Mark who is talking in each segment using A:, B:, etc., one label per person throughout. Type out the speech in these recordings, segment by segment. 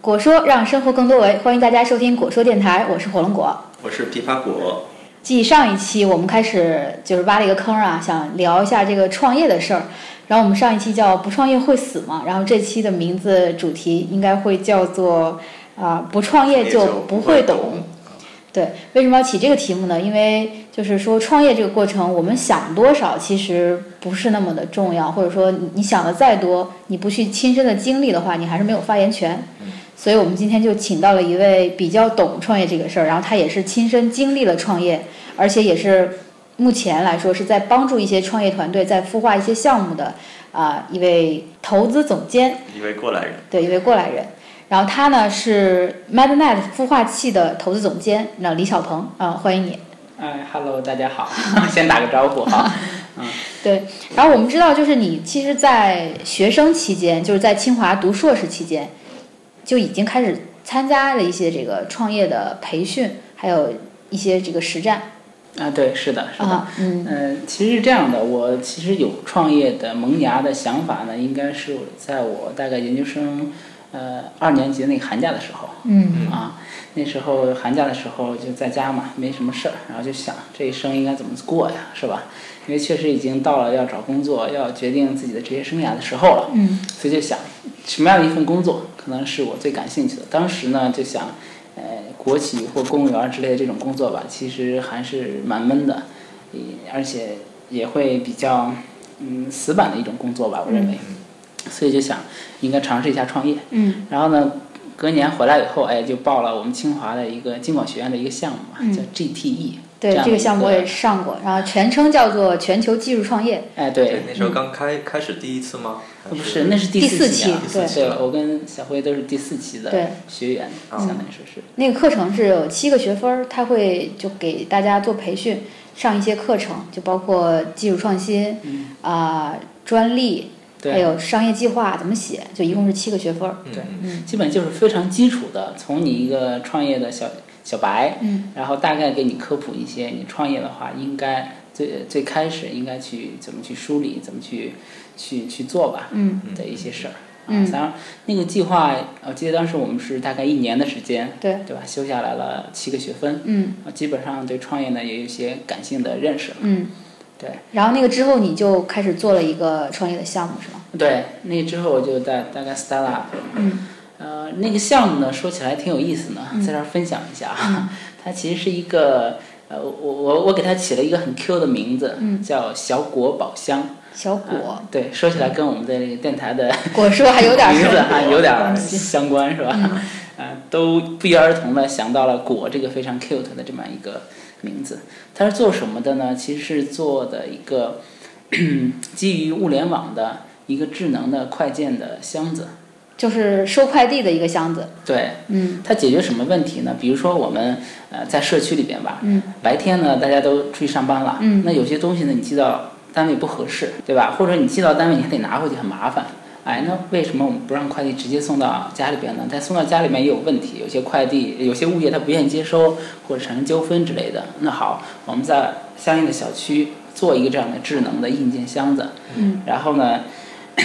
A: 果说让生活更多维，欢迎大家收听果说电台，我是火龙果。
B: 我是枇杷果，
A: 继上一期我们开始就是挖了一个坑啊，想聊一下这个创业的事儿。然后我们上一期叫“不创业会死”嘛，然后这期的名字主题应该会叫做啊、不创业就不会懂”。对，为什么要起这个题目呢？因为就是说创业这个过程，我们想多少其实不是那么的重要，或者说你你想的再多，你不去亲身的经历的话，你还是没有发言权。所以我们今天就请到了一位比较懂创业这个事儿，然后他也是亲身经历了创业，而且也是目前来说是在帮助一些创业团队在孵化一些项目的啊、一位投资总监。
B: 一位过来人，
A: 对，一位过来人。然后他呢是 MadNet 孵化器的投资总监，那李小鹏啊、欢迎你。
C: 哎，Hello，大家好， 先打个招呼哈。
A: 对，然后我们知道，就是你其实，在学生期间，就是在清华读硕士期间，就已经开始参加了一些这个创业的培训，还有一些这个实战
C: 啊，对，是的，是的。
A: 啊，嗯，
C: 嗯，其实是这样的，我其实有创业的萌芽的想法呢，应该是我在我大概研究生呃二年级的那个寒假的时候，
A: 嗯
C: 啊，那时候寒假的时候就在家嘛，没什么事儿，然后就想这一生应该怎么过呀，是吧？因为确实已经到了要找工作、要决定自己的职业生涯的时候了，
A: 嗯，
C: 所以就想什么样的一份工作可能是我最感兴趣的。当时呢就想，呃，国企或公务员之类的这种工作吧，其实还是蛮闷的，也而且也会比较嗯死板的一种工作吧，我认为。所以就想应该尝试一下创业，
A: 嗯
C: 然后呢，隔年回来以后，哎，就报了我们清华的一个经管学院的一个项目嘛，
A: 嗯
C: 叫 GTE。
A: 对，
C: 样
A: 这个
C: 的一
A: 项目我也上过，然后全称叫做全球技术创业，
C: 哎，对，
B: 那时候刚开开始第一次吗？还
C: 不是，那是
A: 第四
C: 四
A: 期
C: 啊，
A: 对
C: 对，我跟小辉都是第四期的
A: 对。
C: 学员，
B: 嗯
C: 相当于说是。
A: 那个课程是有七个学分儿，他会就给大家做培训，上一些课程，就包括技术创新
C: 嗯，
A: 啊、专利，还
C: 对，
A: 有商业计划怎么写，就一共是七个学分儿。
B: 嗯
C: 对
A: 嗯
C: 基本就是非常基础的，从你一个创业的小小白，
A: 嗯
C: 然后大概给你科普一些，你创业的话应该最最开始应该去怎么去梳理，怎么去去去做吧。
A: 嗯
C: 的一些事儿。
A: 嗯
C: 啊，当然那个计划，我记得当时我们是大概一年的时间，
A: 对
C: 对吧？修下来了七个学分，
A: 嗯
C: 啊，基本上对创业呢也有一些感性的认识了。
A: 嗯。
C: 对。
A: 然后那个之后你就开始做了一个创业的项目是吗？
C: 对，那之后我就在大概 start up，
A: 嗯
C: 呃，那个项目呢说起来挺有意思呢，在这儿分享一下
A: 嗯
C: 啊。它其实是一个，呃，我我我给它起了一个很 Q 的名字，
A: 嗯
C: 叫小果宝箱。
A: 小
C: 啊
A: 果、
C: 对，说起来跟我们的这个电台的
A: 果说还有点
C: 名字还有点儿
A: 关系。
C: 相关是吧？嗯、都不约而同的想到了“果”这个非常 cute 的这么一个名字。它是做什么的呢？其实是做的一个 基于物联网的一个智能的快件的箱子。
A: 就是收快递的一个箱子。
C: 对，
A: 嗯
C: 它解决什么问题呢？比如说我们呃在社区里边吧，
A: 嗯
C: 白天呢大家都出去上班了，
A: 嗯
C: 那有些东西呢你寄到单位不合适，对吧？或者你寄到单位你还得拿回去，很麻烦。哎，那为什么我们不让快递直接送到家里边呢？但送到家里面也有问题，有些快递有些物业他不愿意接收，或者产生纠纷之类的。那好，我们在相应的小区做一个这样的智能的硬件箱子，
A: 嗯
C: 然后呢，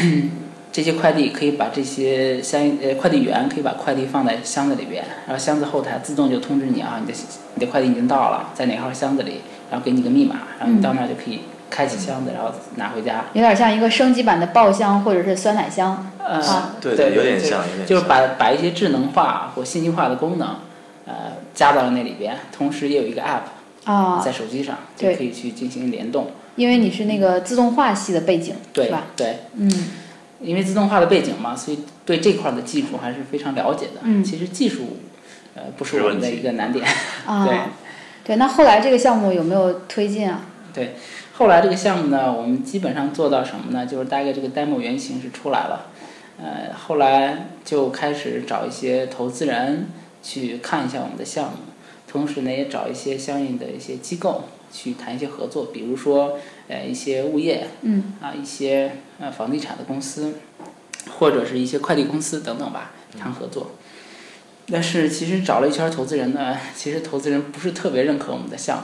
C: 这些快递可以把这些相应呃快递员可以把快递放在箱子里边，然后箱子后台自动就通知你啊，你的你的快递已经到了，在哪号箱子里，然后给你个密码，然后你到那儿就可以开启箱子，然后拿回家。
A: 有点像一个升级版的爆箱或者是酸奶箱。
C: 呃
A: 啊，
B: 对
C: 对，
B: 有点
C: 对
B: 像，有点
C: 就是
B: 像
C: 把把一些智能化或信息化的功能，呃，加到了那里边，同时也有一个 app
A: 啊，
C: 在手机上，
A: 对
C: 就可以去进行联动。
A: 因为你是那个自动化系的背景，
C: 对
A: 是吧？
C: 对，
A: 嗯
C: 因为自动化的背景嘛，所以对这块儿的技术还是非常了解的。
A: 嗯
C: 其实技术，呃，不是我们的一个难点。
A: 啊，
C: 对
A: 对那后来这个项目有没有推进啊？
C: 后来这个项目呢，我们基本上做到什么呢？就是大概这个 demo 原型是出来了，呃，后来就开始找一些投资人去看一下我们的项目，同时呢也找一些相应的一些机构去谈一些合作，比如说呃一些物业，
A: 嗯
C: 啊一些呃房地产的公司，或者是一些快递公司等等吧，谈合作。但是其实找了一圈投资人呢，其实投资人不是特别认可我们的项目，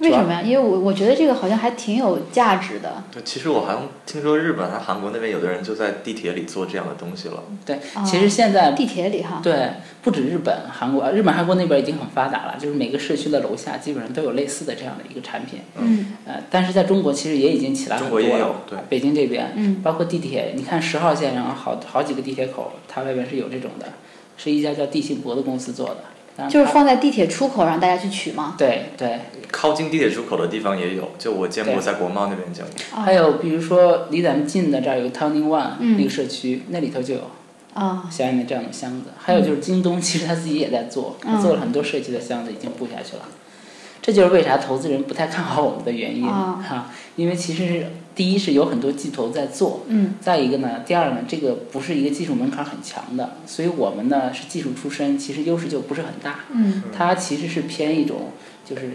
A: 为什么呀？因为我我觉得这个好像还挺有价值的。
B: 对，其实我好像听说日本还韩国那边有的人就在地铁里做这样的东西了。
C: 对，
A: 啊
C: 其实现在
A: 地铁里哈，
C: 对，不止日本、韩国，日本、韩国那边已经很发达了，就是每个社区的楼下基本上都有类似的这样的一个产品。
A: 嗯
C: 呃，但是在中国其实也已经起来很
B: 中
C: 多
B: 国也有
C: 了。，
B: 对，
C: 北京这边，
A: 嗯
C: 包括地铁，你看十号线上好好几个地铁口，它外边是有这种的，是一家叫地信博的公司做的。当然
A: 就是
C: 它
A: 放在地铁出口让大家去取嘛。
C: 对对，
B: 靠近地铁出口的地方也有，就我见过，
C: 对
B: 在国贸那边见过。
A: 啊
C: 还有比如说离咱们近的这儿有 Turning One、
A: 嗯
C: 那个社区，那里头就有
A: 啊，
C: 小米这样的箱子。还有就是京东，其实他自己也在做，他做了很多社区的箱子，已经布下去了。这就是为啥投资人不太看好我们的原因
A: 啊
C: 哈、因为其实是第一是有很多巨头在做，
A: 嗯
C: 再一个呢，第二呢，这个不是一个技术门槛很强的，所以我们呢是技术出身，其实优势就不是很大。
A: 嗯
C: 它其实是偏一种就是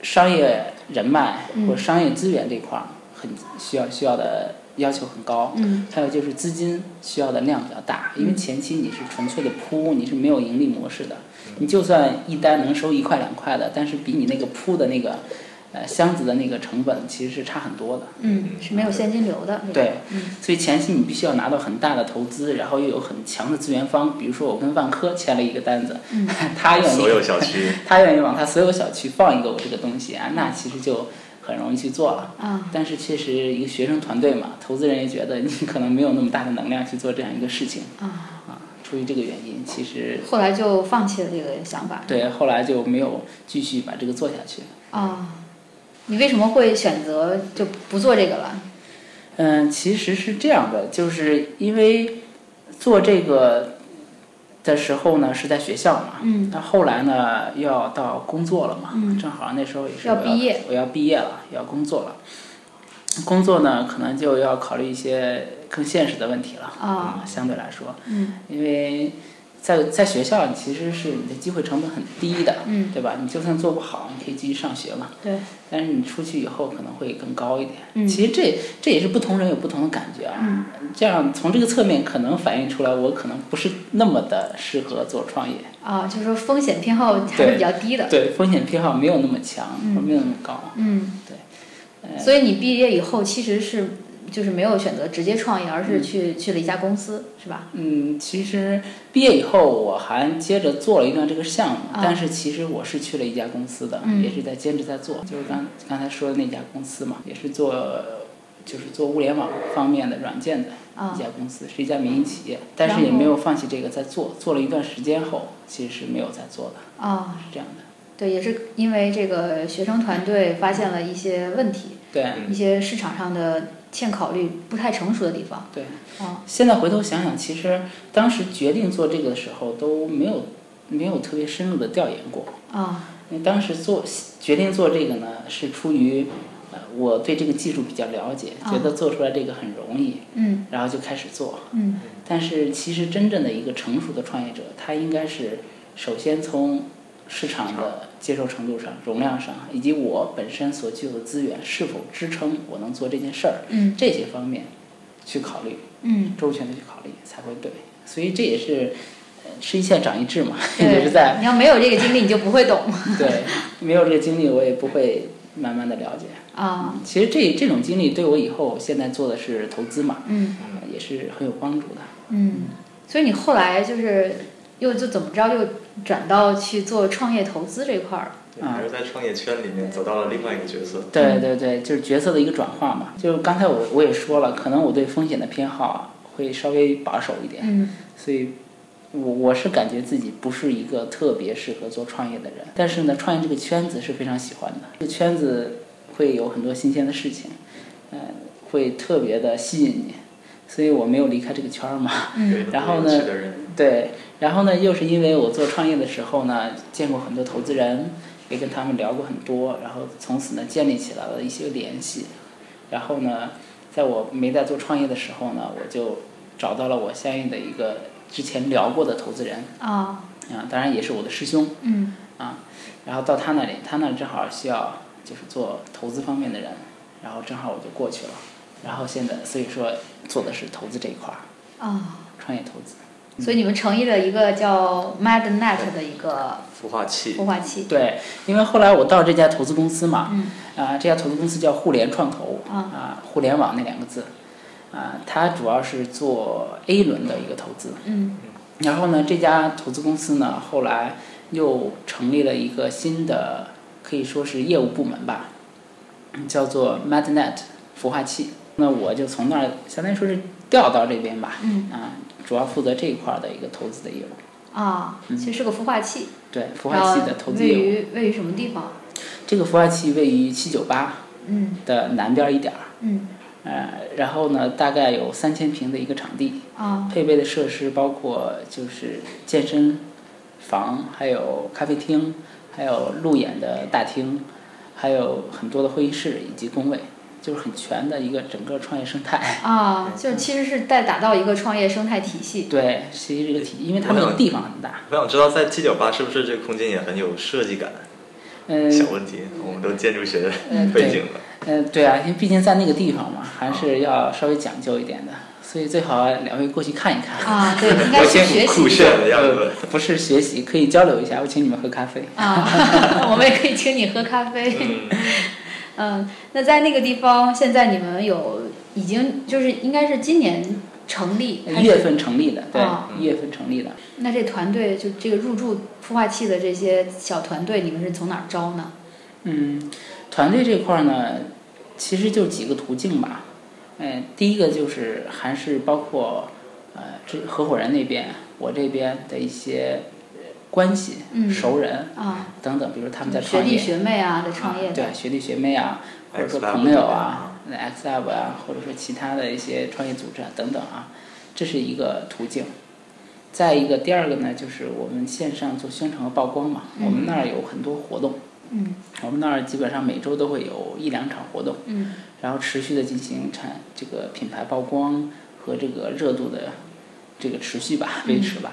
C: 商业人脉
A: 嗯
C: 或者商业资源这块儿很需要需要的要求很高，
A: 嗯
C: 还有就是资金需要的量比较大，因为前期你是纯粹的铺，你是没有盈利模式的，你就算一单能收一块两块的，但是比你那个铺的那个呃箱子的那个成本其实是差很多的。
A: 嗯，是没有现金流的。
C: 对，
A: 嗯
C: 所以前期你必须要拿到很大的投资，然后又有很强的资源方，比如说我跟万科签了一个单子，
A: 嗯
C: 他愿意
B: 所有小 区，
C: 他愿意往他所有小区放一个我这个东西啊，那其实就很容易去做了。
A: 啊，
C: 但是确实一个学生团队嘛，投资人也觉得你可能没有那么大的能量去做这样一个事情
A: 啊
C: 啊，出于这个原因，其实
A: 后来就放弃了这个想法
C: 对后来就没有继续把这个做下去。
A: 啊。你为什么会选择就不做这个了？
C: 嗯，其实是这样的，就是因为做这个的时候呢是在学校嘛，
A: 嗯
C: 那后来呢要到工作了嘛，
A: 嗯
C: 正好那时候也是
A: 要
C: 我
A: 毕业，
C: 我要毕业了，要工作了，工作呢可能就要考虑一些更现实的问题了
A: 啊
C: 相对来说，
A: 嗯
C: 因为在在学校你其实是你的机会成本很低的，
A: 嗯，
C: 对吧？你就算做不好，你可以继续上学嘛。
A: 对，
C: 但是你出去以后可能会更高一点。
A: 嗯
C: 其实这这也是不同人有不同的感觉啊。
A: 嗯
C: 这样从这个侧面可能反映出来，我可能不是那么的适合做创业，
A: 啊，就是说风险偏好还是比较低的。
C: 对风险偏好没有那么强，
A: 嗯
C: 或者没有那么高。
A: 嗯，
C: 对呃
A: 对。所以你毕业以后其实是就是没有选择直接创业，而是去、去了一家公司，是吧？
C: 嗯，其实毕业以后我还接着做了一段这个项目，
A: 啊
C: 但是其实我是去了一家公司的，
A: 嗯
C: 也是在兼职在做，就是刚刚才说的那家公司嘛，也是做就是做物联网方面的软件的
A: 啊
C: 一家公司，是一家民营企业，但是
A: 然
C: 也
A: 后
C: 没有放弃这个在做，做了一段时间后，其实是没有在做的，
A: 啊，
C: 是这样的。
A: 对，也是因为这个学生团队发现了一些问题，
C: 对
B: 嗯
A: 一些市场上的欠考虑、不太成熟的地方。
C: 对，
A: 啊，
C: 现在回头想想，其实当时决定做这个的时候都没有没有特别深入的调研过，
A: 啊，
C: 因为当时做决定做这个呢，是出于呃我对这个技术比较了解，
A: 啊
C: 觉得做出来这个很容易，
A: 嗯
C: 然后就开始做。
A: 嗯
C: 但是其实真正的一个成熟的创业者，他应该是首先从市场的接受程度上、容量上，以及我本身所具有的资源是否支撑我能做这件事儿
A: 嗯
C: 这些方面去考虑，
A: 嗯，
C: 周全的去考虑才会对。所以这也是呃吃一堑长 一智嘛，也
A: 对
C: 是在。
A: 你要没有这个经历，你就不会懂
C: 对，没有这个经历，我也不会慢慢的了解。
A: 啊。
C: 其实这这种经历对我以后现在做的是投资嘛，
A: 嗯
C: 呃也是很有帮助的。
A: 嗯，所以你后来就是又就怎么着又转到去做创业投资这块儿了。
B: 对还是在创业圈里
C: 嗯
B: 面走到了另外一个角色。
C: 对对对，就是角色的一个转化嘛。就是刚才我我也说了，可能我对风险的偏好啊会稍微保守一点，
A: 嗯
C: 所以我我是感觉自己不是一个特别适合做创业的人。但是呢，创业这个圈子是非常喜欢的，这个圈子会有很多新鲜的事情，嗯、会特别的吸引你，所以我没有离开这个圈儿嘛。
A: 嗯
C: 然
B: 有
C: 后呢
B: 很多有趣的人
C: 对，然后呢，又是因为我做创业的时候呢，见过很多投资人，也跟他们聊过很多，然后从此呢建立起来了一些联系。然后呢，在我没在做创业的时候呢，我就找到了我相应的一个之前聊过的投资人
A: 啊
C: 啊，当然也是我的师兄。
A: 嗯
C: 啊，然后到他那里，他那正好需要就是做投资方面的人，然后正好我就过去了，然后现在所以说做的是投资这一块儿，
A: 啊。
C: 创业投资，
A: 嗯所以你们成立了一个叫 MadNet 的一个
B: 孵化器，
A: 孵化器。
C: 对，因为后来我到这家投资公司嘛，
A: 嗯
C: 啊、这家投资公司叫互联创投，
A: 啊
C: 啊、互联网那两个字，啊、它主要是做 A 轮的一个投资。
A: 嗯
C: 然后呢，这家投资公司呢，后来又成立了一个新的，可以说是业务部门吧，嗯叫做 MadNet 孵化器。那我就从那儿相当于说是调到这边吧，
A: 嗯
C: 啊、主要负责这一块儿的一个投资的业务，
A: 啊，
C: 嗯
A: 其实是个孵化器，
C: 对孵
A: 然
C: 化
A: 后
C: 器的投资
A: 位
C: 业务。
A: 于位于什么地方？
C: 这个孵化器位于七九八
A: 嗯
C: 的南边一点儿，
A: 嗯
C: 呃，然后呢，大概有三千平的一个场地，
A: 啊
C: 配备的设施包括就是健身房，还有咖啡厅，还有路演的大厅，还有很多的会议室以及工位，就是很全的一个整个创业生态。
A: 啊，就是其实是在打造一个创业生态体系。
C: 对，其实这个体，因为它那个地方很大，
B: 我想知道在七九八是不是这个空间也很有设计感？
C: 嗯、
B: 小问题，我们都建筑学
C: 嗯
B: 背景的，
C: 嗯，对啊，因为毕竟在那个地方嘛，还是要稍微讲究一点的，所以最好啊两位过去看一看。呃
A: 啊，对，应该
B: 我
A: 去
B: 先
A: 学习
B: 酷
A: 一下
B: 炫的样子。
C: 不是学习，可以交流一下。我请你们喝咖啡。
A: 啊。 我们也可以请你喝咖啡。
B: 嗯，
A: 嗯，那在那个地方，现在你们有已经就是应该是今年成立，
C: 一
A: 还
C: 月
A: 是
C: 份成立的，对
A: 哦，
C: 一月份成立的。
A: 那这团队就这个入驻孵化器的这些小团队，你们是从哪儿招呢？
C: 嗯，团队这块儿呢，其实就几个途径吧。嗯，第一个就是还是包括呃，这合伙人那边，我这边的一些呃关系、
A: 嗯
C: 熟人
A: 啊，
C: 等等，比如他们在
A: 学
C: 创
A: 弟
C: 业，
A: 学妹啊，在创业的，
C: 对学弟学妹啊，或者说朋友啊，那 X Lab 啊，或者说其他的一些创业组织啊等等啊，这是一个途径。再一个，第二个呢，就是我们线上做宣传和曝光嘛，
A: 嗯
C: 我们那儿有很多活动，
A: 嗯
C: 我们那儿基本上每周都会有一两场活动，
A: 嗯
C: 然后持续的进行产这个品牌曝光和这个热度的这个持续吧，维持吧，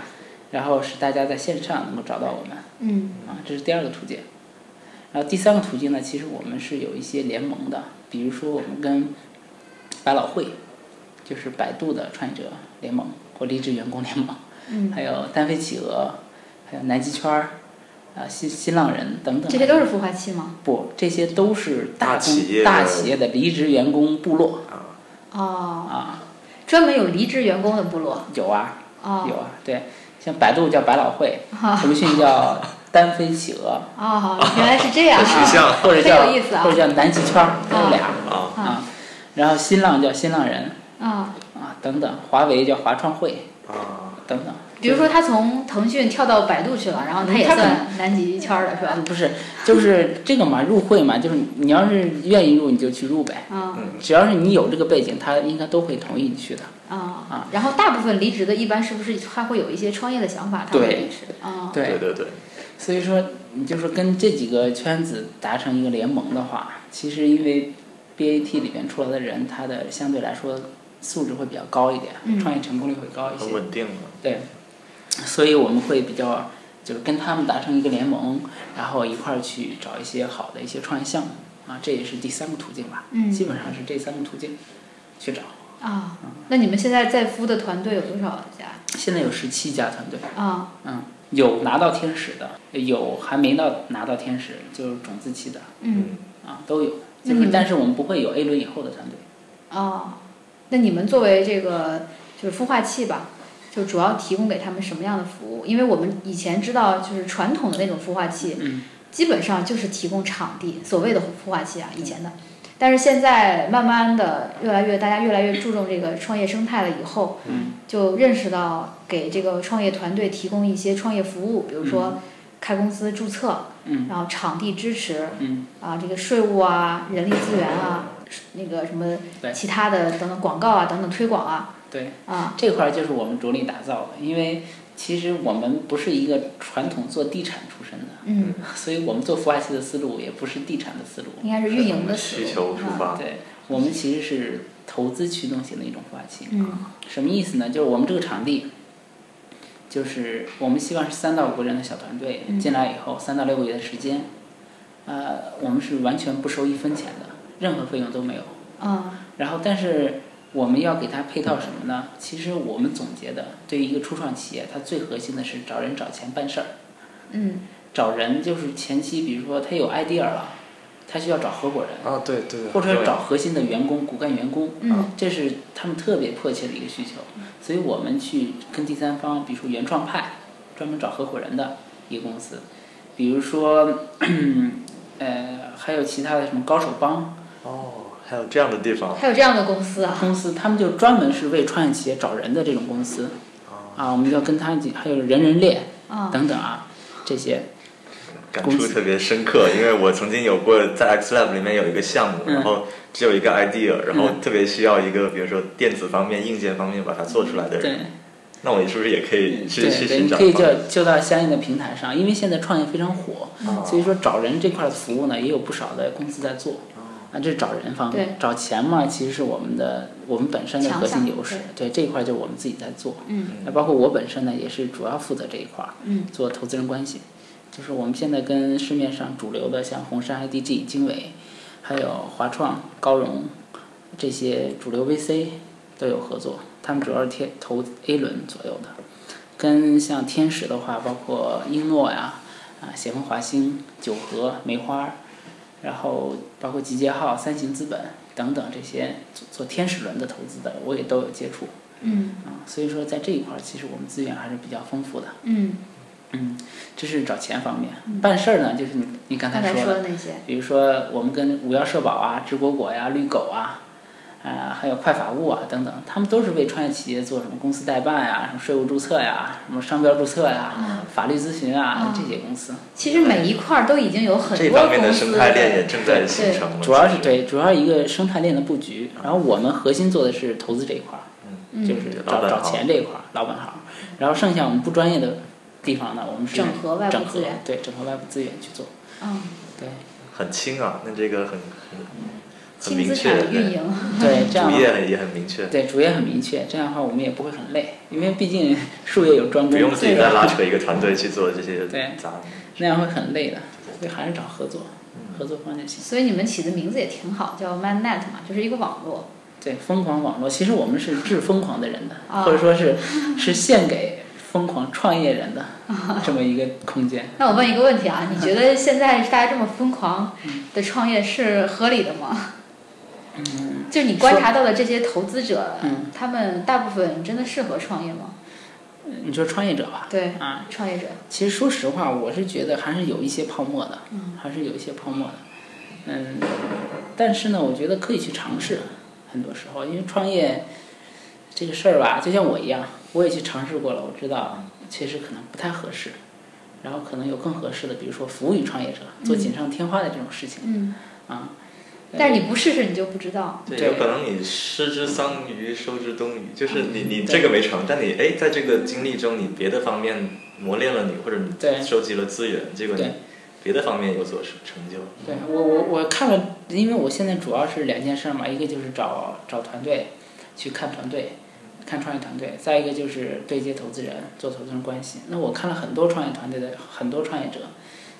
C: 然后使大家在线上能够找到我们。
A: 嗯
C: 啊，这是第二个途径。然后第三个途径呢，其实我们是有一些联盟的，比如说我们跟百老汇，就是百度的创业者联盟或离职员工联盟，
A: 嗯，
C: 还有单飞企鹅，还有南极圈儿，啊新新浪人等等，
A: 这些都是孵化器吗？
C: 不，这些都是大
B: 大
C: 公
B: 企业
C: 大
B: 的
C: 企业的离职员工部落
B: 啊，
A: 哦，
C: 啊，
A: 专门有离职员工的部落
C: 有啊
A: 哦
C: 有啊，对，像百度叫百老汇，腾讯叫单飞企鹅，
A: 哦，原来是这 样
B: 这取
A: 啊！
B: 向
C: 或者叫
A: 很有意思啊哦
C: 或者叫南极圈儿，都有俩。
B: 啊，
C: 啊，然后新浪叫新浪人
A: 啊，
C: 啊，等等，华为叫华创汇
B: 啊，
C: 等等。
A: 比如说他从腾讯跳到百度去了，然后他也
C: 嗯他可
A: 算南极圈儿的是吧？
C: 嗯不是，就是这个嘛，入会嘛，就是你要是愿意入，你就去入呗。
A: 啊
C: 只要是你有这个背景，他应该都会同意你去的。
A: 啊，然后大部分离职的，一般是不是他会有一些创业的想法，他会
C: 对
A: 离职啊？
C: 对，
B: 对对对，
C: 所以说你就是跟这几个圈子达成一个联盟的话，其实因为 BAT 里边出来的人，他的相对来说素质会比较高一点，
A: 嗯
C: 创业成功率会高一些
B: 很。稳定了。
C: 对，所以我们会比较就是跟他们达成一个联盟，然后一块儿去找一些好的一些创业项目啊，这也是第三个途径吧。
A: 嗯
C: 基本上是这三个途径去找。
A: 啊，那你们现在在孵的团队有多少家
C: 现在有十七家团队，
A: 啊？
C: 嗯，有拿到天使的，有还没到拿到天使，就是种子期的
A: 嗯，
C: 啊，都有。
A: 那你
C: 就是，
A: 们
C: 但是我们不会有 A 轮以后的团队。
A: 哦，那你们作为这个就是孵化器吧，就主要提供给他们什么样的服务？因为我们以前知道，就是传统的那种孵化器，
C: 嗯
A: 基本上就是提供场地，所谓的孵化器啊，以前的。但是现在慢慢的，越来越大家越来越注重这个创业生态了，以后
C: 嗯
A: 就认识到给这个创业团队提供一些创业服务，比如说开公司注册，
C: 嗯
A: 然后场地支持，
C: 嗯，
A: 啊，这个税务啊、人力资源啊、那个什么
C: 对
A: 其他的等等广告啊、等等推广啊
C: 对。
A: 啊，
C: 这块儿就是我们着力打造的，因为其实我们不是一个传统做地产出身的，
A: 嗯，
C: 所以我们做孵化器的思路也不是地产的思路。
A: 应该是运营的思
B: 需
A: 路
B: 求出
A: 啊，
B: 发，
C: 对，我们其实是投资驱动型的一种孵化器。
A: 嗯
C: 什么意思呢？就是我们这个场地，就是我们希望是三到五个人的小团队
A: 嗯
C: 进来以后，三到六个月的时间，呃，我们是完全不收一分钱的，任何费用都没有。
A: 啊
C: 然后，但是我们要给它配套什么呢？其实我们总结的，对于一个初创企业，它最核心的是找人找钱办事儿。
A: 嗯
C: 找人就是前期，比如说他有 idea 了，他需要找合伙人，
D: 嗯啊，对对对，
C: 或者找核心的员工、骨干员工，
A: 嗯
C: 这是他们特别迫切的一个需求。
D: 嗯
C: 所以我们去跟第三方，比如说原创派，专门找合伙人的一个公司，比如说， 呃，还有其他的什么高手帮
B: 哦，还有这样的地方，
A: 嗯还有这样的公司啊，
C: 公司，他们就专门是为创业企业找人的这种公司，
D: 哦
C: 啊，我们就要跟他一起，还有人人猎
D: 嗯
A: 啊、
C: 等等啊，这些，
B: 感
C: 公
B: 触
C: 司
B: 特别深刻，因为我曾经有过在 X Lab 里面有一个项目，
C: 嗯
B: 然后只有一个 idea，然后
C: 嗯
B: 特别需要一个，比如说电子方面、硬件方面把它做出来的
C: 对
B: 人。。那我是不是也可以去去
C: 对对，
B: 寻
C: 你
B: 找
C: 可以
B: 方
C: 就
B: 面？
C: 就到相应的平台上，因为现在创业非常火，
A: 哦
B: 啊
C: 所以说找人这块的服务呢，也有不少的公司在做。那这是找人方面
A: 哦对，
C: 找钱嘛，其实是我们的我们本身的
A: 强
C: 核心
A: 项
C: 优势。对这一块就是我们自己在做。
A: 嗯
C: 那包括我本身呢，也是主要负责这一块儿，
A: 嗯，
C: 做投资人关系。就是我们现在跟市面上主流的，像红杉 IDG、经纬，还有华创、高融这些主流 VC 都有合作，他们主要是贴投 A 轮左右的。跟像天使的话，包括英诺呀、啊协丰华兴、九和、梅花儿，然后包括集结号、三行资本等等这些做做天使轮的投资的，我也都有接触。
A: 嗯
C: 啊，所以说在这一块儿，其实我们资源还是比较丰富的。
A: 嗯，
C: 嗯，这是找钱方面，办事儿呢，就是你你刚
A: 刚才
C: 才说
A: 说
C: 的，
A: 的那些，
C: 比如说我们跟五幺社保啊、智果果呀、绿狗啊，啊、还有快法务啊等等，他们都是为创业企业做什么公司代办呀、什么税务注册呀、什么商标注册呀、
A: 嗯
C: 法律咨询啊、
A: 啊
C: 这些公司，
A: 其实每一块儿都已经有很
B: 这
A: 多
B: 方面
A: 公
B: 的
A: 司
B: 生态链也正在形
A: 对
B: 成了。
C: 主要
B: 其
C: 是
B: 实
C: 对，主要一个生态链的布局。
B: 嗯
C: 然后我们核心做的是投资这一块儿，
A: 嗯
C: 就是
B: 老
C: 找
B: 本
C: 找
B: 行
C: 钱这一块儿，老本行。然后剩下我们不专业的地方呢，我们是
A: 整合外部
C: 整合
A: 资源
C: 对，整合外部资源去 做。
A: 嗯，
C: 对
B: 很轻啊，那这个很很很
A: 轻
B: 明
A: 资
B: 确，
A: 产运
B: 对
A: 营，
C: 对，这样
B: 主
C: 的
B: 业
C: 话
B: 很也很明确，
C: 对主业很明确，这样的话我们也不会很累，因为毕竟术业有专攻，
B: 嗯不用自己
C: 对吧
B: 再拉扯一个团队去做这些
C: 对
B: 杂。
C: 那样会很累的，所以还是找合作，
B: 嗯
C: 合作方就行。
A: 所以你们起的名字也挺好，叫 ManNet 嘛，就是一个网络。
C: 对，疯狂网络，其实我们是治疯狂的人的，
A: 啊
C: 或者说是是献给疯狂创业人的、这么一个空间。
A: 那我问一个问题啊，你觉得现在大家这么疯狂的创业是合理的吗？ 就是你观察到的这些投资者，
C: 嗯
A: 他们大部分真的适合创业吗？
C: 嗯你说创业者吧，
A: 对，
C: 啊，
A: 创业者，
C: 其实说实话，我是觉得还是有一些泡沫的，
A: 嗯
C: 还是有一些泡沫的，嗯，但是呢，我觉得可以去尝试，很多时候，因为创业这个事儿吧，就像我一样，我也去尝试过了，我知道确实可能不太合适，然后可能有更合适的，比如说服务于创业者，做锦上添花的这种事情、
A: 嗯，
C: 啊。
A: 但是你不试试你就不知道。
B: 对，
C: 对
B: 有可能你失之桑榆，收之东隅，就是你你
C: 嗯对
B: 这个没成，但你哎，在这个经历中，你别的方面磨练了你，或者
C: 对
B: 你收集了资源，结果你
C: 对
B: 别的方面有所成就。
C: 对我我我看了，因为我现在主要是两件事嘛，一个就是找找团队，去看团队，看创业团队；再一个就是对接投资人，做投资人关系。那我看了很多创业团队的很多创业者，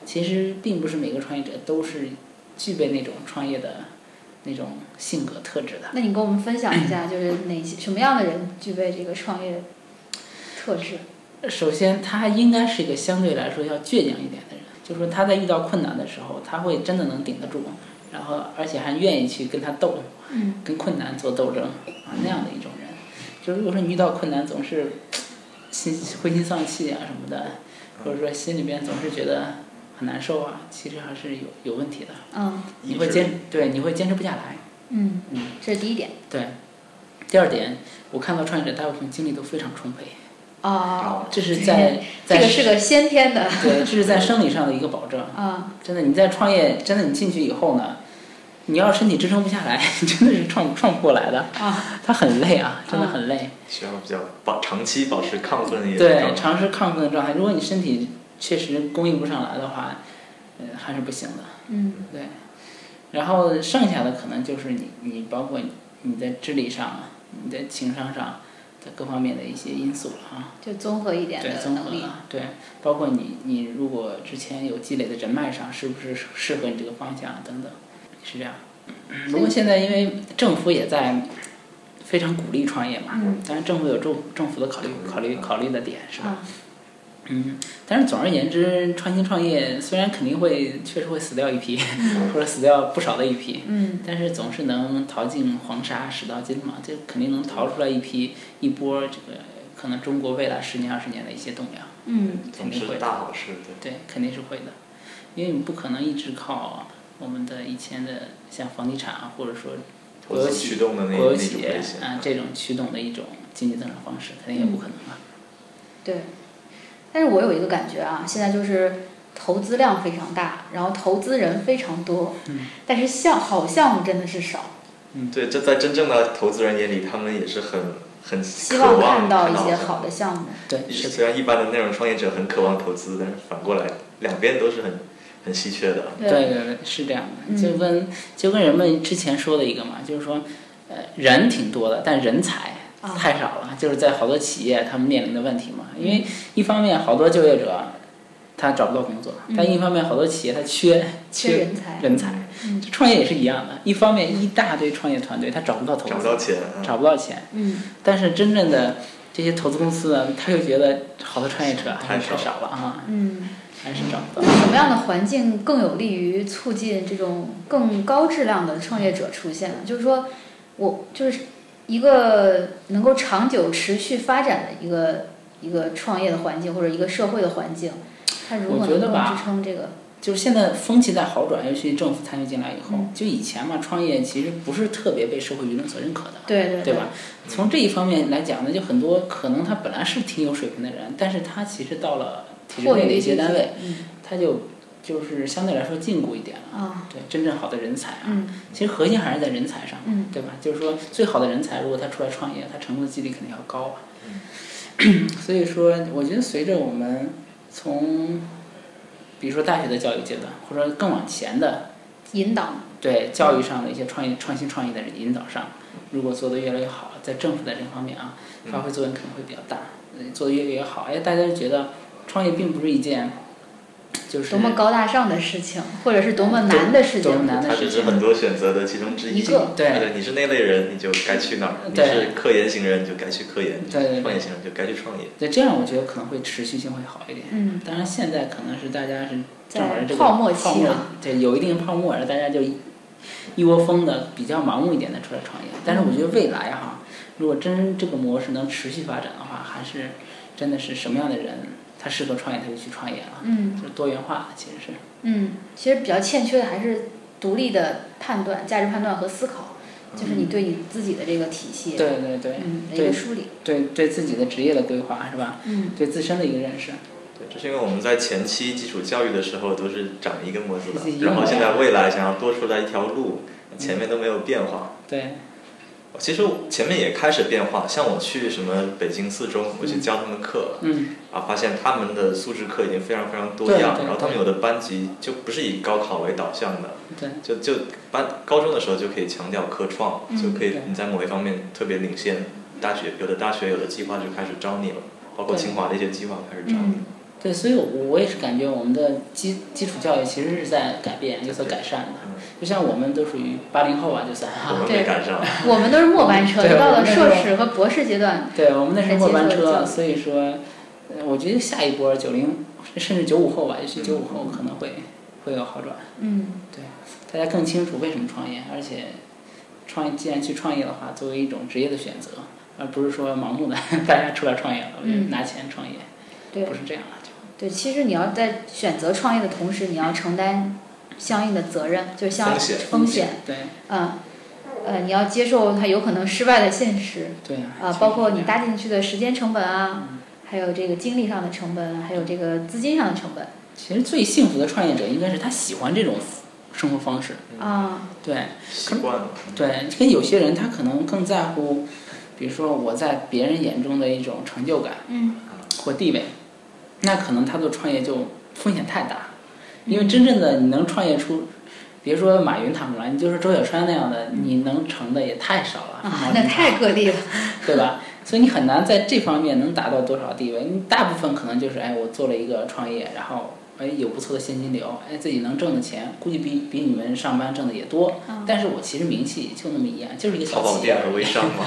C: 其实并不是每个创业者都是具备那种创业的那种性格特质的。
A: 那你跟我们分享一下，就是哪些什么样的人具备这个创业特质？
C: 首先，他应该是一个相对来说要倔强一点的人，就是说他在遇到困难的时候，他会真的能顶得住，然后而且还愿意去跟他斗，
A: 嗯
C: 跟困难做斗争啊那样的一种人。就如果说你遇到困难总是心灰心丧气啊什么的，或者说心里边总是觉得很难受啊，其实还是有有问题的。
A: 嗯
C: 你会坚对，你会坚持不下来。
A: 嗯
C: 嗯，
A: 这是第一点
C: 对。第二点，我看到创业者大部分精力都非常充沛，
A: 哦，
C: 这是在
A: 这
C: 在
A: 个是个先天的
C: 对，这是在生理上的一个保证。
A: 啊，
C: 真的，你在创业，真的你进去以后呢，你要身体支撑不下来， 你真的是创创不过来的。
A: 啊，
C: 它很累啊，真的很累。
B: 需要比较保长期保持亢奋的一个
C: 对，
B: 状态。
C: 长时亢奋的状态，如果你身体确实供应不上来的话，呃，还是不行的。
A: 嗯
C: 对，然后剩下的可能就是你，你包括你你在智力上啊，你在情商上，在各方面的一些因素了啊。
A: 就综合一点
C: 对，
A: 的
C: 综合
A: 能力。
C: 了，对，包括你你如果之前有积累的人脉上，是不是适合你这个啊方向等等，是这样。不过现在因为政府也在非常鼓励创业嘛。
A: 嗯
C: 当然，政府有政政府的考虑考虑考虑的点是吧？
A: 啊，
C: 嗯，但是总而言之，创新创业虽然肯定会确实会死掉一批， 或者死掉不少的一批，
A: 嗯
C: 但是总是能淘尽黄沙始到金嘛，这肯定能淘出来一批一波这个可能中国未来十年二十年的一些栋梁，
A: 嗯
B: 总
C: 肯定
B: 之
C: 会
B: 大好事，对。
C: 对，肯定是会的，因为你不可能一直靠我们的以前的像房地产啊，或者说
B: 投
C: 国
B: 资
C: 有企
B: 驱动的那
C: 国有
B: 那
C: 企
B: 种
C: 业
B: 类型，
C: 啊这种驱动的一种经济增长方式，肯定也不可能了。
A: 对。但是我有一个感觉啊，现在就是投资量非常大，然后投资人非常多，
C: 嗯
A: 但是项好项目真的是少，
B: 对，这在真正的投资人眼里，他们也是很很
A: 希
B: 渴
A: 望
B: 望
A: 看到一些
B: 项目
A: 好的项
C: 嗯
A: 目。
C: 对，是的。
B: 虽然一般的那种创业者很渴望投资，但是反过来两边都是很很稀缺的。
A: 对，
C: 对对，是这样的，
A: 嗯
C: 就跟就跟人们之前说的一个嘛，就是说，呃，人挺多的，但人才
A: 啊
C: 太少了，就是在好多企业他们面临的问题嘛。因为一方面好多就业者他找不到工作，
A: 嗯
C: 但一方面好多企业他缺
A: 缺
C: 缺
A: 人才。
C: 人才，
A: 嗯
C: 就创业也是一样的。一方面一大堆创业团队他找不到投
B: 找不
C: 资，
B: 到钱，嗯
C: 找不到钱，
A: 嗯
C: 但是真正的这些投资公司呢，他又觉得好多创业者还是
B: 太
C: 太
B: 少
C: 少了啊，
A: 嗯，
C: 还是找不
A: 那
C: 到。
A: 什么样的环境更有利于促进这种更高质量的创业者出现呢？就是说，我就是一个能够长久持续发展的一个一个创业的环境或者一个社会的环境，它如何
C: 我觉
A: 能
C: 得
A: 够
C: 吧
A: 支撑这个？
C: 就是现在风气在好转，尤其政府参与进来以后，
A: 嗯
C: 就以前嘛，创业其实不是特别被社会舆论所认可的，
A: 对对
C: 对吧？从这一方面来讲呢，就很多可能他本来是挺有水平的人，但是他其实到了体制
A: 迫
C: 内的
A: 于
C: 一些
A: 经
C: 单
A: 济
C: 位，，他就就是相对来说禁锢一点了。
A: 嗯啊，
C: 对，真正好的人才啊，
A: 嗯
C: 其实核心还是在人才上，
A: 嗯
C: 对吧？就是说，最好的人才，如果他出来创业，他成功的几率肯定要高啊。
A: 嗯
C: 所以说，我觉得随着我们从，比如说大学的教育阶段，或者更往前的
A: 引导，
C: 对教育上的一些创业、创新创业的引导上，如果做得越来越好，在政府在这方面啊，
B: 嗯
C: 发挥作用可能会比较大。呃做得越来越好，哎，大家就觉得创业并不是一件，就是
A: 多么高大上的事情，或者是多么难的事
C: 多么
A: 情，
C: 难
B: 它
C: 的事
B: 只
C: 情
B: 是。很多选择的其中之
A: 一个
C: 对
B: 对，你是那类人，你就该去哪儿；你
C: 对
B: 是科研型人，你就该去科研；
C: 对对对
B: 创业型人就该去创业。
C: 对，这样我觉得可能会持续性会好一点。
A: 嗯
C: 当然，现在可能是大家是
A: 在
C: 正好是这个
A: 泡沫期
C: 泡沫
A: 了
C: 对，有一定泡沫，然后大家就一一窝蜂的比较盲目一点的出来创业。但是我觉得未来哈，如果真这个模式能持续发展的话，还是真的是什么样的人他适合创业，他就去创业了，
A: 嗯
C: 就是多元化的其实是。
A: 嗯，其实比较欠缺的还是独立的判断、价值判断和思考，就是你对你自己的这个体系，
C: 嗯对对对
A: 嗯，的一个
C: 对
A: 梳理，
C: 对对自己的职业的规划是吧？
A: 嗯
C: 对自身的一个认识，
B: 对，这是因为我们在前期基础教育的时候都是长一个模子
C: 是
B: 的，
C: 一个
B: 然后
C: 模
B: 现
C: 样
B: 在未来想要多出来一条路，前面都没有变化。
C: 对
B: 其实前面也开始变化，像我去什么北京四中，我去教他们课，
C: 嗯
B: 啊，发现他们的素质课已经非常非常多
C: 对
B: 样，
C: 对
B: 然后他们有的班级就不是以高考为导向的，
C: 对
B: 就就班高中的时候就可以强调科创，
A: 嗯
B: 就可以
C: 对
B: 你在某一方面特别领先，大学有的大学有的计划就开始招你了，包括
C: 对
B: 清华的一些计划开始招
A: 嗯，
B: 你
C: 对，所以我我也是感觉我们的基基础教育其实是在改变，有所改善的。
B: 嗯
C: 就像我们都属于八零后啊，就算
B: 我
C: 哈，
B: 们没赶 上，
A: 我们都是末班车，
C: 对
A: 都到
C: 我
A: 了
C: 们那
A: 硕
C: 个
A: 士和博士阶段，
C: 对我们那时候末班
A: 还接受教
C: 车，
A: 育
C: 所以说，呃我觉得下一波九零甚至九五后吧，也许九五后可能会会有好转，
A: 嗯
C: 大家更清楚为什么创业，而且创业既然去创业的话，作为一种职业的选择，而不是说盲目的 大家出来创业了，
A: 嗯
C: 拿钱创业，
A: 对
C: 不是这样的，就
A: 对，其实你要在选择创业的同时，你要承担相应的责任，就是像
B: 风险
A: 风险，
C: 对
A: 啊，呃，你要接受它有可能失败的现实，
C: 对啊，
A: 啊，包括你搭进去的时间成本啊，
C: 嗯
A: 还有这个精力上的成本，啊还有这个资金上的成本
C: 其实最幸福的创业者应该是他喜欢这种生活方式，
A: 啊，
C: 对。
B: 习惯了，
C: 对，跟有些人他可能更在乎，比如说我在别人眼中的一种成就感
A: 嗯
C: 或地位，那可能他做创业就风险太大，因为真正的你能创业出，别说马云他们了，你就是周小川那样的，你能成的也太少了，
A: 啊，那太个例了，
C: 对吧？所以你很难在这方面能达到多少地位，你大部分可能就是哎，我做了一个创业，然后哎，有不错的现金流，哎，自己能挣的钱，估计比比你们上班挣的也多。
A: 嗯
C: 但是我其实名气也就那么一样，就是一个
B: 淘
C: 小
B: 宝
C: 企业
B: 店。 和微商嘛，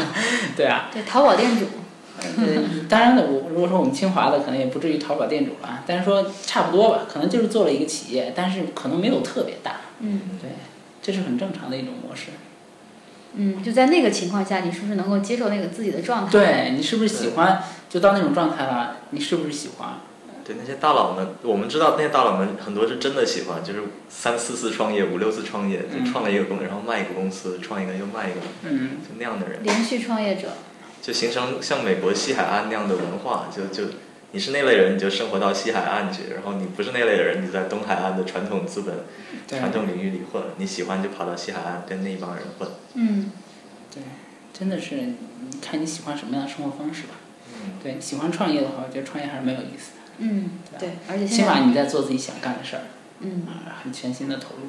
C: 对 啊，
A: 对，淘宝店主，
C: 嗯，当然了，我如果说我们清华的，可能也不至于淘宝店主啊，但是说差不多吧，可能就是做了一个企业，但是可能没有特别大，
A: 嗯
C: 对，这是很正常的一种模式。
A: 嗯，就在那个情况下，你是不是能够接受那个自己的状态？，
C: 对你是不是喜欢，就到那种状态了，你是不是喜欢？
B: 对那些大佬们，我们知道那些大佬们很多是真的喜欢，就是三四次创业、五六次创业，就
C: 嗯
B: 创了一个公司，然后卖一个公司，创一个又卖一个，
C: 嗯，
B: 就那样的人，
A: 连续创业者，
B: 就形成像美国西海岸那样的文化，就就。你是那类人，你就生活到西海岸去；然后你不是那类人，你在东海岸的传统资本、
C: 对
B: 传统领域里混。你喜欢就跑到西海岸跟那一帮人混。
A: 嗯
C: 对，真的是，你看你喜欢什么样的生活方式吧。
B: 嗯，
C: 对，喜欢创业的话，我觉得创业还是蛮有意思的，
A: 嗯，对，而且
C: 起
A: 现
C: 码
A: 在，
C: 你在做自己想干的事儿，
A: 嗯，
C: 啊，很全心的投入。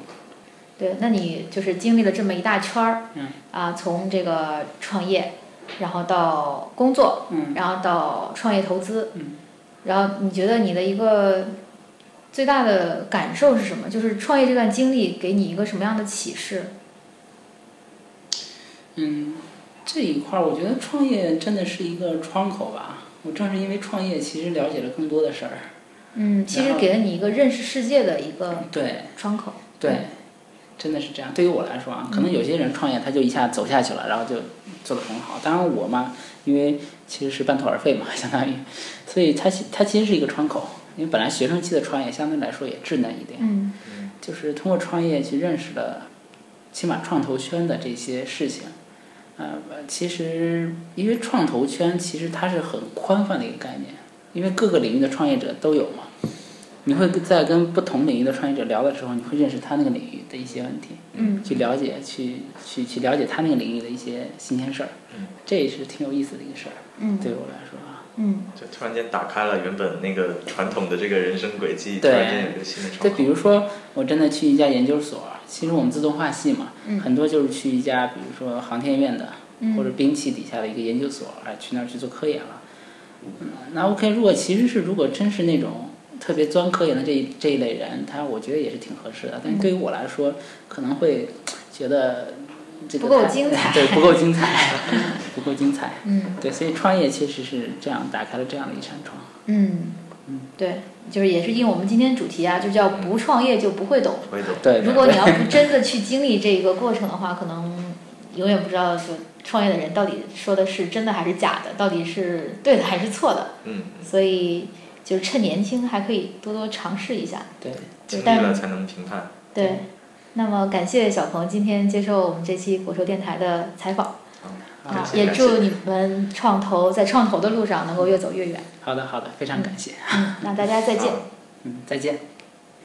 A: 对，那你就是经历了这么一大圈儿，
C: 嗯
A: 啊，从这个创业，然后到工作，
C: 嗯，
A: 然后到创业投资，
C: 嗯，
A: 然后你觉得你的一个最大的感受是什么？就是创业这段经历给你一个什么样的启示？
C: 嗯，这一块儿我觉得创业真的是一个窗口吧。我正是因为创业，其实了解了更多的事儿。
A: 嗯，其实
C: 然后
A: 给了你一个认识世界的一个
C: 对
A: 窗口。
C: 对，真的是这样。对于我来说啊，可能
A: 嗯
C: 有些人创业他就一下走下去了，然后就做得很好。当然我嘛，因为其实是半途而废嘛， 相当于，所以它其它其实是一个窗口。因为本来学生期的创业相对来说也稚嫩一点，
A: 嗯
C: 就是通过创业去认识了，起码创投圈的这些事情。呃，其实因为创投圈其实它是很宽泛的一个概念，因为各个领域的创业者都有嘛。你会在跟不同领域的创业者聊的时候，你会认识他那个领域的一些问题，
A: 嗯
C: 去了解，去去去了解他那个领域的一些新鲜事儿
B: 嗯，
C: 这也是挺有意思的一个事儿，
A: 嗯
C: 对于我来说啊。
A: 嗯
B: 就突然间打开了原本那个传统的这个人生轨迹，突
C: 对
B: 然间有一个新的窗
C: 再
B: 口。
C: 比如说，我真的去一家研究所，其实我们自动化系嘛，
A: 嗯
C: 很多就是去一家，比如说航天院的，
A: 嗯，
C: 或者兵器底下的一个研究所，哎，去那儿去做科研了。嗯，那 OK，如果其实是如果真是那种特别钻科研的这一这一类人，他我觉得也是挺合适的。但
A: 嗯
C: 对于我来说，可能会觉得这个
A: 不够
C: 太
A: 精彩
C: 对，不够精彩，不够精彩。
A: 嗯
C: 对，所以创业其实是这样打开了这样的一扇窗。
A: 嗯
C: 嗯，
A: 对，就是也是应我们今天主题啊，就叫不创业就不会懂。
B: 不会懂。
C: 对，
A: 如果你要不真的去经历这个过程的话，可能永远不知道说创业的人到底说的是真的还是假的，到底是对的还是错的。
B: 嗯，
A: 所以就是趁年轻还可以多多尝试一下。
C: 对，
B: 经历
A: 但
B: 了才能评判。
A: 对，那么感谢小鹏今天接受我们这期果说电台的采访
B: 感
A: 啊，
B: 谢
A: 也
B: 感
A: 祝
B: 谢
A: 你们创投在 创投的路上能够越走越远。
C: 好的好的，非常感谢，
A: 嗯，那大家再见。
B: 好
C: 嗯，再见。